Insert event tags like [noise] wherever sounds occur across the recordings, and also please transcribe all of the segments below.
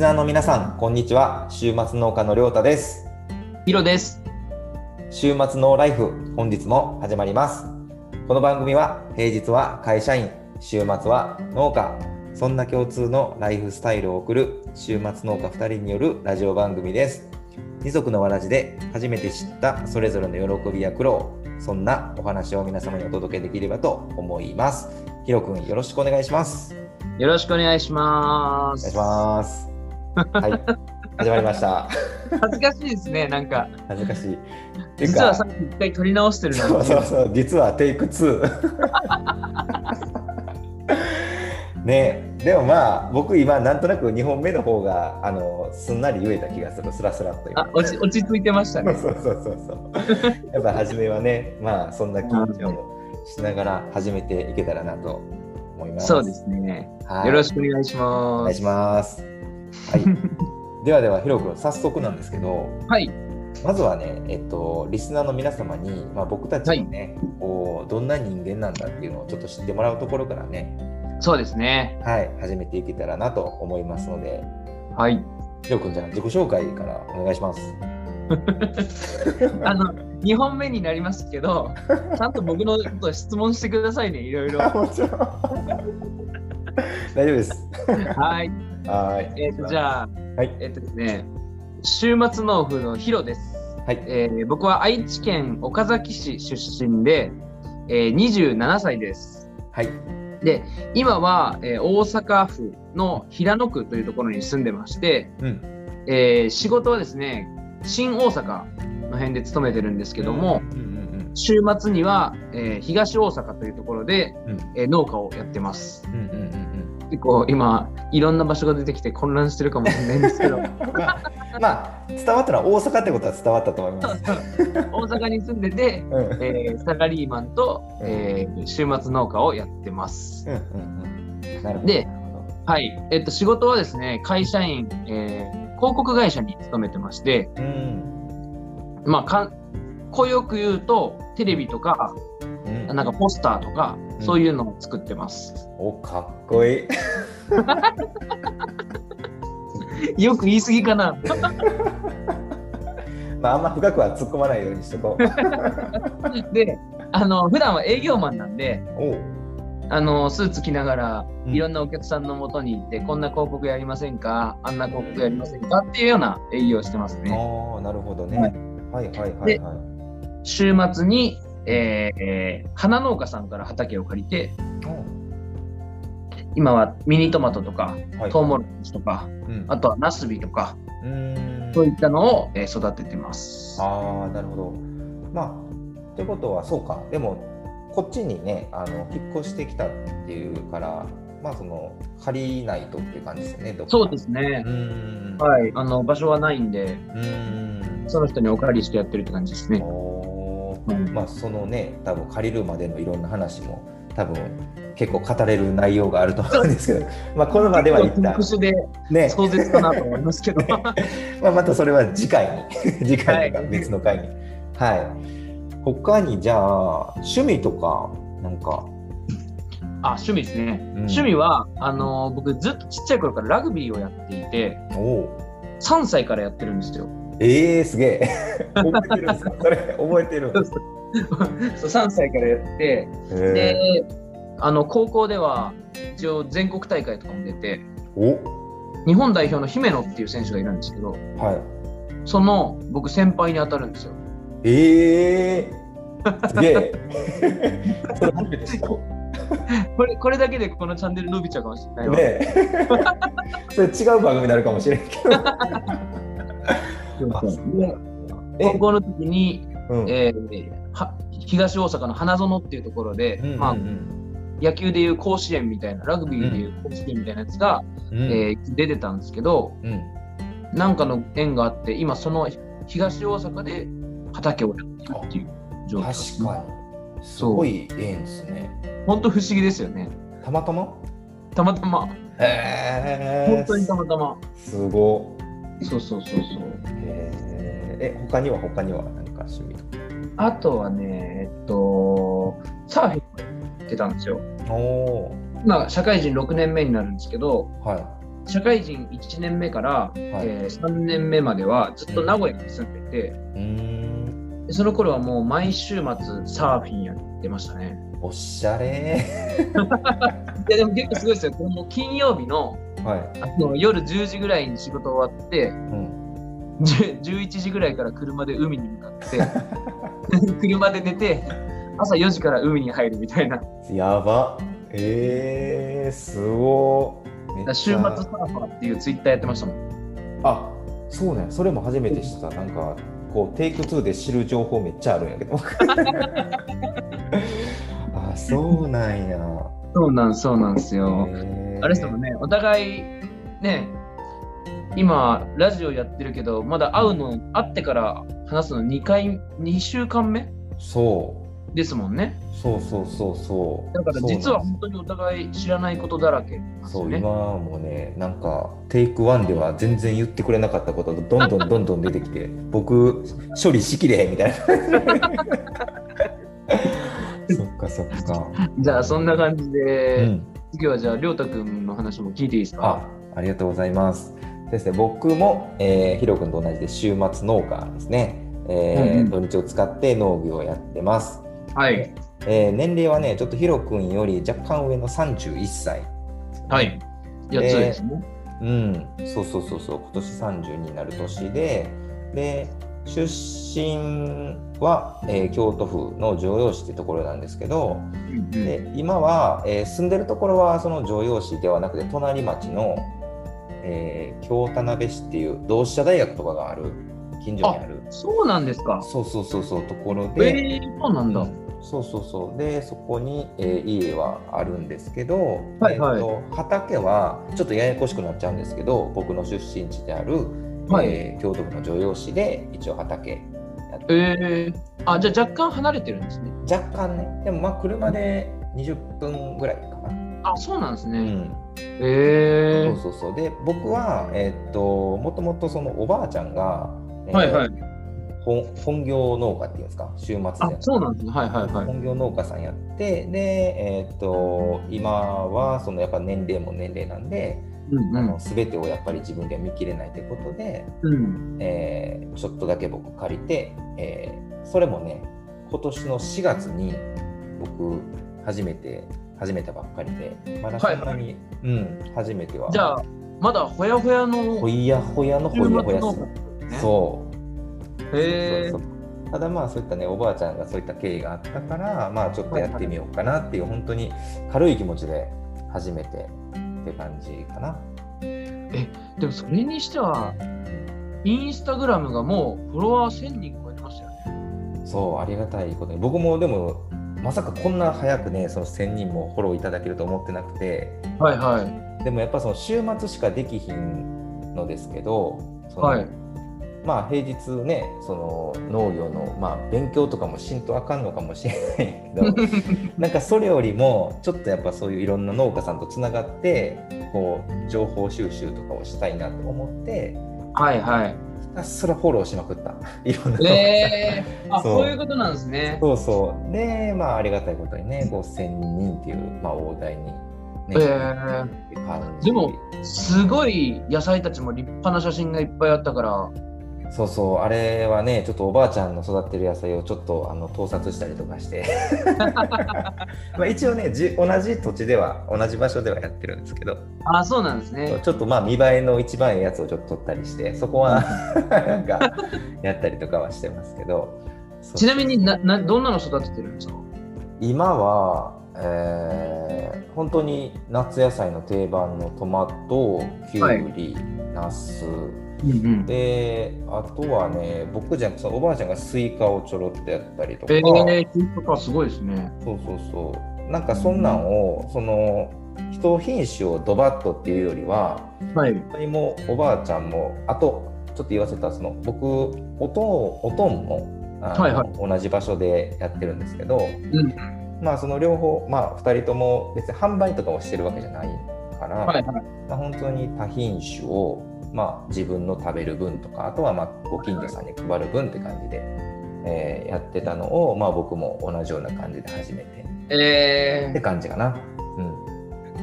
ナーの皆さん、こんにちは。週末農家のりょうたです。ヒロです。週末農ライフ、本日も始まります。この番組は、平日は会社員、週末は農家、そんな共通のライフスタイルを送る、週末農家2人によるラジオ番組です。二足のわらじで初めて知ったそれぞれの喜びや苦労、そんなお話を皆様にお届けできればと思います。ひろくん、よろしくお願いします。よろしくお願いしまおす。願いします。はい、始まりました。恥ずかしいですね、なんか。恥ずか [laughs] しい。て実かはさ、っき一回撮り直してるそのうに。そうそう、実はテイク2。ねえ、でもまあ、僕今、なんとなく2本目の方が、あの、すんなり言えた気がする、スラスラっと今あ落ち、落ち着いてましたそうね。そうそうそう。やっぱ初めはね、まあ、そんな緊張もしながら始めていけたらなと思います。そうで。すね。はい、よろしくくお願いしおま願いす。します。はい。ではでは、ヒロ君、早速なんですけど、はい。まずはね、えっと、リスナーの皆様に、まあ、僕たちのね、こうどんな人間なんだっていうのをちょっと知ってもらうところからね、そうですね。はい、始めていけたらなと思いますので、はい。ひろくんじゃあ自己紹介からお願いし [laughs] ます。あの、2本目になります [laughs] けど、ちゃんと僕のことを質問してくださいね、いろいろ。もちろん。大丈夫です。はい。はい。えっ、と、じあ。ゃあ、はい。えっ、とですね、週末農夫のヒロです。はい。えー僕は愛知県岡崎市出身で、えー27歳です。はい。で今は、えー大阪府の平野区というところに住んでまして、うん。えー仕事はですね新大阪の辺で勤めてるんですけども、うんうん週末には、えー東大阪というところで、うんえー農家をやってますうん。うんうんうん結構今いろんな場所が出てきて混乱してるかもしれないんで [laughs] すけど大うん。まあ、まあ、伝わったのは大阪ってことは伝わったと思います。阪に住んでて、うん。うんえーサラリーマンと、えー週末農家をやってますうんうん。なるほど。でなるほはい、えっと、仕事はですね、会社員、えー広告会社に勤めてまして、ど、うん。まあ、かん、こうよく言うと、テレビとか、うんなんかポスターとか、うんそういうのを作ってます。おかっこいい [laughs] よく言い過ぎ [laughs] かな。まああんま深くは突っ込まないようにしとこ [laughs] うで、あの、普段は営業マンなんで、おうあの、スーツ着ながら、うんいろんなお客さんのもとに行って、こんな広告やりませんかあんな広告やりませんかっていうような営業をしてますね。ああなるほどね、ははい、はいはいはい週末に、えーえー花農家さんから畑を借りて、今はミニトマトとか、うんはいトウモロコシとか、うんあとはナスビとか、うーんそういったのをえー育ててます。ああなるほどまあってことはそうかでもこっちにねあの引っ越してきたっていうからまあその借りないとっていう感じですよねどっかそうですすねう。ーんはい。あの、場所はないんで、うーんその人にお借りしてやってるって感じですね。おーうんまあそのね多分借りるまでのいろんな話も多分結構語れる内容があると思うんですけどまあこの場では一旦特殊でね、壮絶かなと思います [laughs] けど。まあ、またそれは次回に [laughs] 次回とかはい別の回にはい、他にじゃあ趣味とかなんかあ、趣味ですね。趣味は、あのー、僕ずっとちっちゃい頃からラグビーをやっていて、おおう3歳からやってるんですよ。えー、すげえ [laughs] 覚えてるんですかそれ覚えてるんですかそう3歳からやって、へえで、あの、高校では、一応全国大会とかも出て、お日本代表の姫野っていう選手がいるんですけど、はその僕先輩に当たるんですよ。いえー、すげえそれ初めて知ったこれこれだけでこのチャンネル伸びちゃうかもしれないわ。ねえ [laughs] それ違う番組になるかもしれんけどあそうでえ高校の時に、うんえーは東大阪の花園っていうところで、うんうんうんまあ、野球でいう甲子園みたいなラグビーでいう甲子園みたいなやつが、うんえー出てたんですけどうんなんかの縁があって今その東大阪で畑をやってるっていう状況確かにすごい縁ですね本当不思議ですよねたまたまたまたまへー本当にたまたますごそうそうそうそいうへーえ他には他にはなんか趣味とあとはね、えっと、サーフィンをやってたんですよ。かおお今、社会人6年目になるんですけど、は社会人1年目から、えー3年目まではずっと名古屋に住んでて、うーん。でその頃はもう毎週末サーフィンやってましたね。おしゃれいやでも結構すごいですよ。これもう金曜日のー。はい。あの夜10時ぐらいに仕事終わって、うん。 10 11時ぐらいから車で海に向かって、 [laughs] 車で寝て、朝4時から海に入るみたいな、やば。えー、すごー。めっちゃ週末サーファーっていうツイッターやってましたもん。あそうねそれも初めて知ったなんかこうテイク2で知る情報めっちゃあるんやけど [laughs] あそうなんやそうなんそうなんですよ。あれですもんねね、お互いね、今、ラジオやってるけど、まだ会うの、会ってから話すの2回、2週間目そですもんね。うそうそうそうそうだから実は本当にお互い知らないことだらけなんですそようね。今もねなんかテイク1では全然言ってくれなかったことがどんどんどんどん出てきて [laughs] 僕処理しきれへんみたいな [laughs] そっかそっか、じゃあそんな感じうで、ん、次はじゃあ、りょうたくんの話も聞いていいですかあ、ありがとうございます。ですね、僕も、えー、ヒロ君と同じで週末農家ですね、えーうんうん土日を使って農業をやってます。はい。えー年齢はね、ちょっとヒロ君より若干上の31歳。はい。やつですね。うん、そうそうそうそう、今年30になる年で、で、出身は、えー京都府の城陽市ってところなんですけど、うんうんで今は、えー住んでるところはその城陽市ではなくて隣町の、えー京田辺市っていう同志社大学とかがある近所にあるそうなんですか。そうそうそうそうところえで、ーそうなんだ。うんそうそうそうでそこに、えー家はあるんですけど、はいはいえーと畑はちょっとややこしくなっちゃうんですけど僕の出身地である、はいえー京都府の城陽市で一応畑やってえー、あ、じゃあ若干離れてるんですね。若干ねでもまあ車で20分ぐらいかな。あ、そうなんですね。うんえそうー、そうそうで僕は、えーっともともとそのおばあちゃんが、えーはいはい。本本業農家っていうんですか週末じゃなあく、てそうなんですね。はいはいはい。本業農家さんやってで、えーっと今はそのやっぱ年齢も年齢なんで、うんあの全てをやっぱり自分では見切れないということで、うん。うん。えーちょっとだけ僕借りて、えーそれもね今年の4月に僕初めて始めたばっかりでまだそんなに、うん、初めてはじゃあ、まだほやほやのほやほやのほやほやのすね。そうう。えそうーそうただまあそういったねおばあちゃんがそういった経緯があったからまあちょっとやってみようかなっていう本当に軽い気持ちで初めてって感じかなでもそれにしては、インスタグラムがもうフォロワー1000人超えてましたよね。そうありがたいことに僕もでもまさかこんな早くねその1000人もフォローいただけると思ってなくてはいはい。でもやっぱその週末しかできひんのですけどそのはいまあ平日ねその農業のまあ勉強とかもしんとあかんのかもしれないけど [laughs] なんかそれよりもちょっとやっぱそういういろんな農家さんとつながってこう情報収集とかをしたいなと思ってはいはい。ひたすらフォローしまくった [laughs] いろんな農家さん、えー、あそうそういうことなんですね。そうそうでまあありがたいことにね5,000人っていう、まあ、大台にね、えー、って感じでもすごい野菜たちも立派な写真がいっぱいあったから、そうそうあれはねちょっとおばあちゃんの育ってる野菜をちょっとあの盗撮したりとかして [laughs] まあ一応ねじ同じ土地では同じ場所ではやってるんですけどあそうなんですね。ちょっとまあ見栄えの一番いいやつをちょっと撮ったりしてそこ [laughs] はなんかやったりとかはしてますけどそうちなみにななどんなの育ててるんですか今は、えー本当に夏野菜の定番のトマトきゅうり、ナスうんうん。であとはね僕じゃなくてそのおばあちゃんがスイカをちょろっとやったりとか、えー、キープかすごいですね。そうそうそうなんかそんなんを、その人品種をドバッとっていうよりははい。本当にもうおばあちゃんもあとちょっと言わせたその僕おとんおとんもあのはいは同じ場所でやってるんですけど、んまあその両方まあ2人とも別に販売とかをしてるわけじゃないから、はいはい。まあ、本当に多品種を、まあ、自分の食べる分とかあとはまあご近所さんに配る分って感じで、えーやってたのを、まあ、僕も同じような感じで始めてっえて感じかな。うん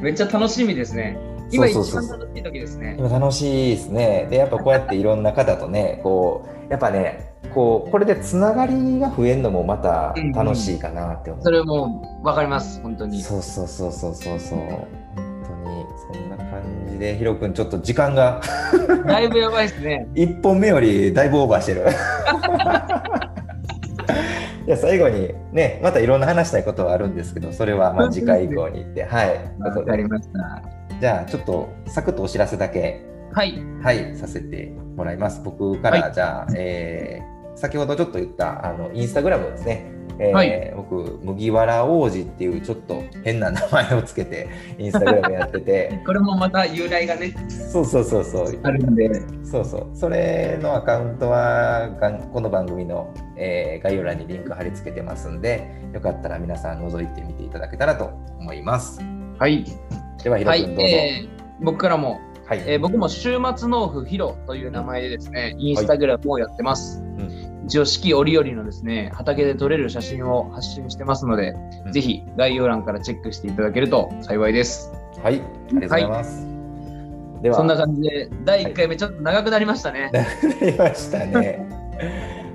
ー、めっちゃ楽しみですね。今一そう番そうそう楽しい時ですね。今楽しいですね。でやっぱこうやっていろんな方とねこうやっぱねこうこれでつながりが増えるのもまた楽しいかなって思う。それもわかります、本当に。そうそうそうそうそうそう。本当にそんな感じでヒロ君ちょっと時間がだいぶやばいです [laughs] ね。 1本目よりだいぶオーバーしてる。 [laughs] じゃあ最後にねまたいろんな話したいことはあるんですけどそれはまあ次回以降にってはい。わかりました。じゃあちょっとサクッとお知らせだけはい。はい、させてもらいます。僕から、はいじゃあ、えー先ほどちょっと言った、あの、インスタグラムですね。えーはい僕、麦わら王子っていうちょっと変な名前をつけて、インスタグラムやって [laughs] て、これもまた由来がね、そうそうそうそう、あるんで、そうそう、それのアカウントは、がんこの番組の、えー概要欄にリンク貼り付けてますんで、よかったら皆さん覗いてみていただけたらと思います。はい。では、ひろはくん、いどうぞ。えー僕からも、はい、えー僕も週末納付ヒロという名前でですね、インスタグラムをやってます。う常識折々のですね、畑で撮れる写真を発信してますので、うんぜひ概要欄からチェックしていただけると幸いです。はい、ありがとうございます。では、そんな感じで、第1回目ちょっと長くなりましたね。なりましたね。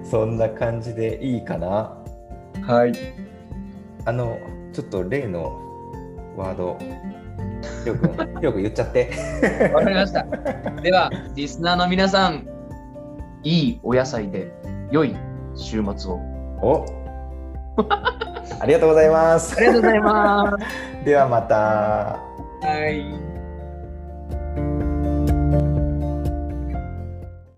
そんな感じでいいかな。はい。あの、ちょっと例のワード、ひ [laughs] ろくん、ひろくん言っちゃって。わかりました。では、リスナーの皆さん、いいお野菜で、良い週末を。おありがとうございますあ。りがとうございまではまた。 [laughs] す。はい。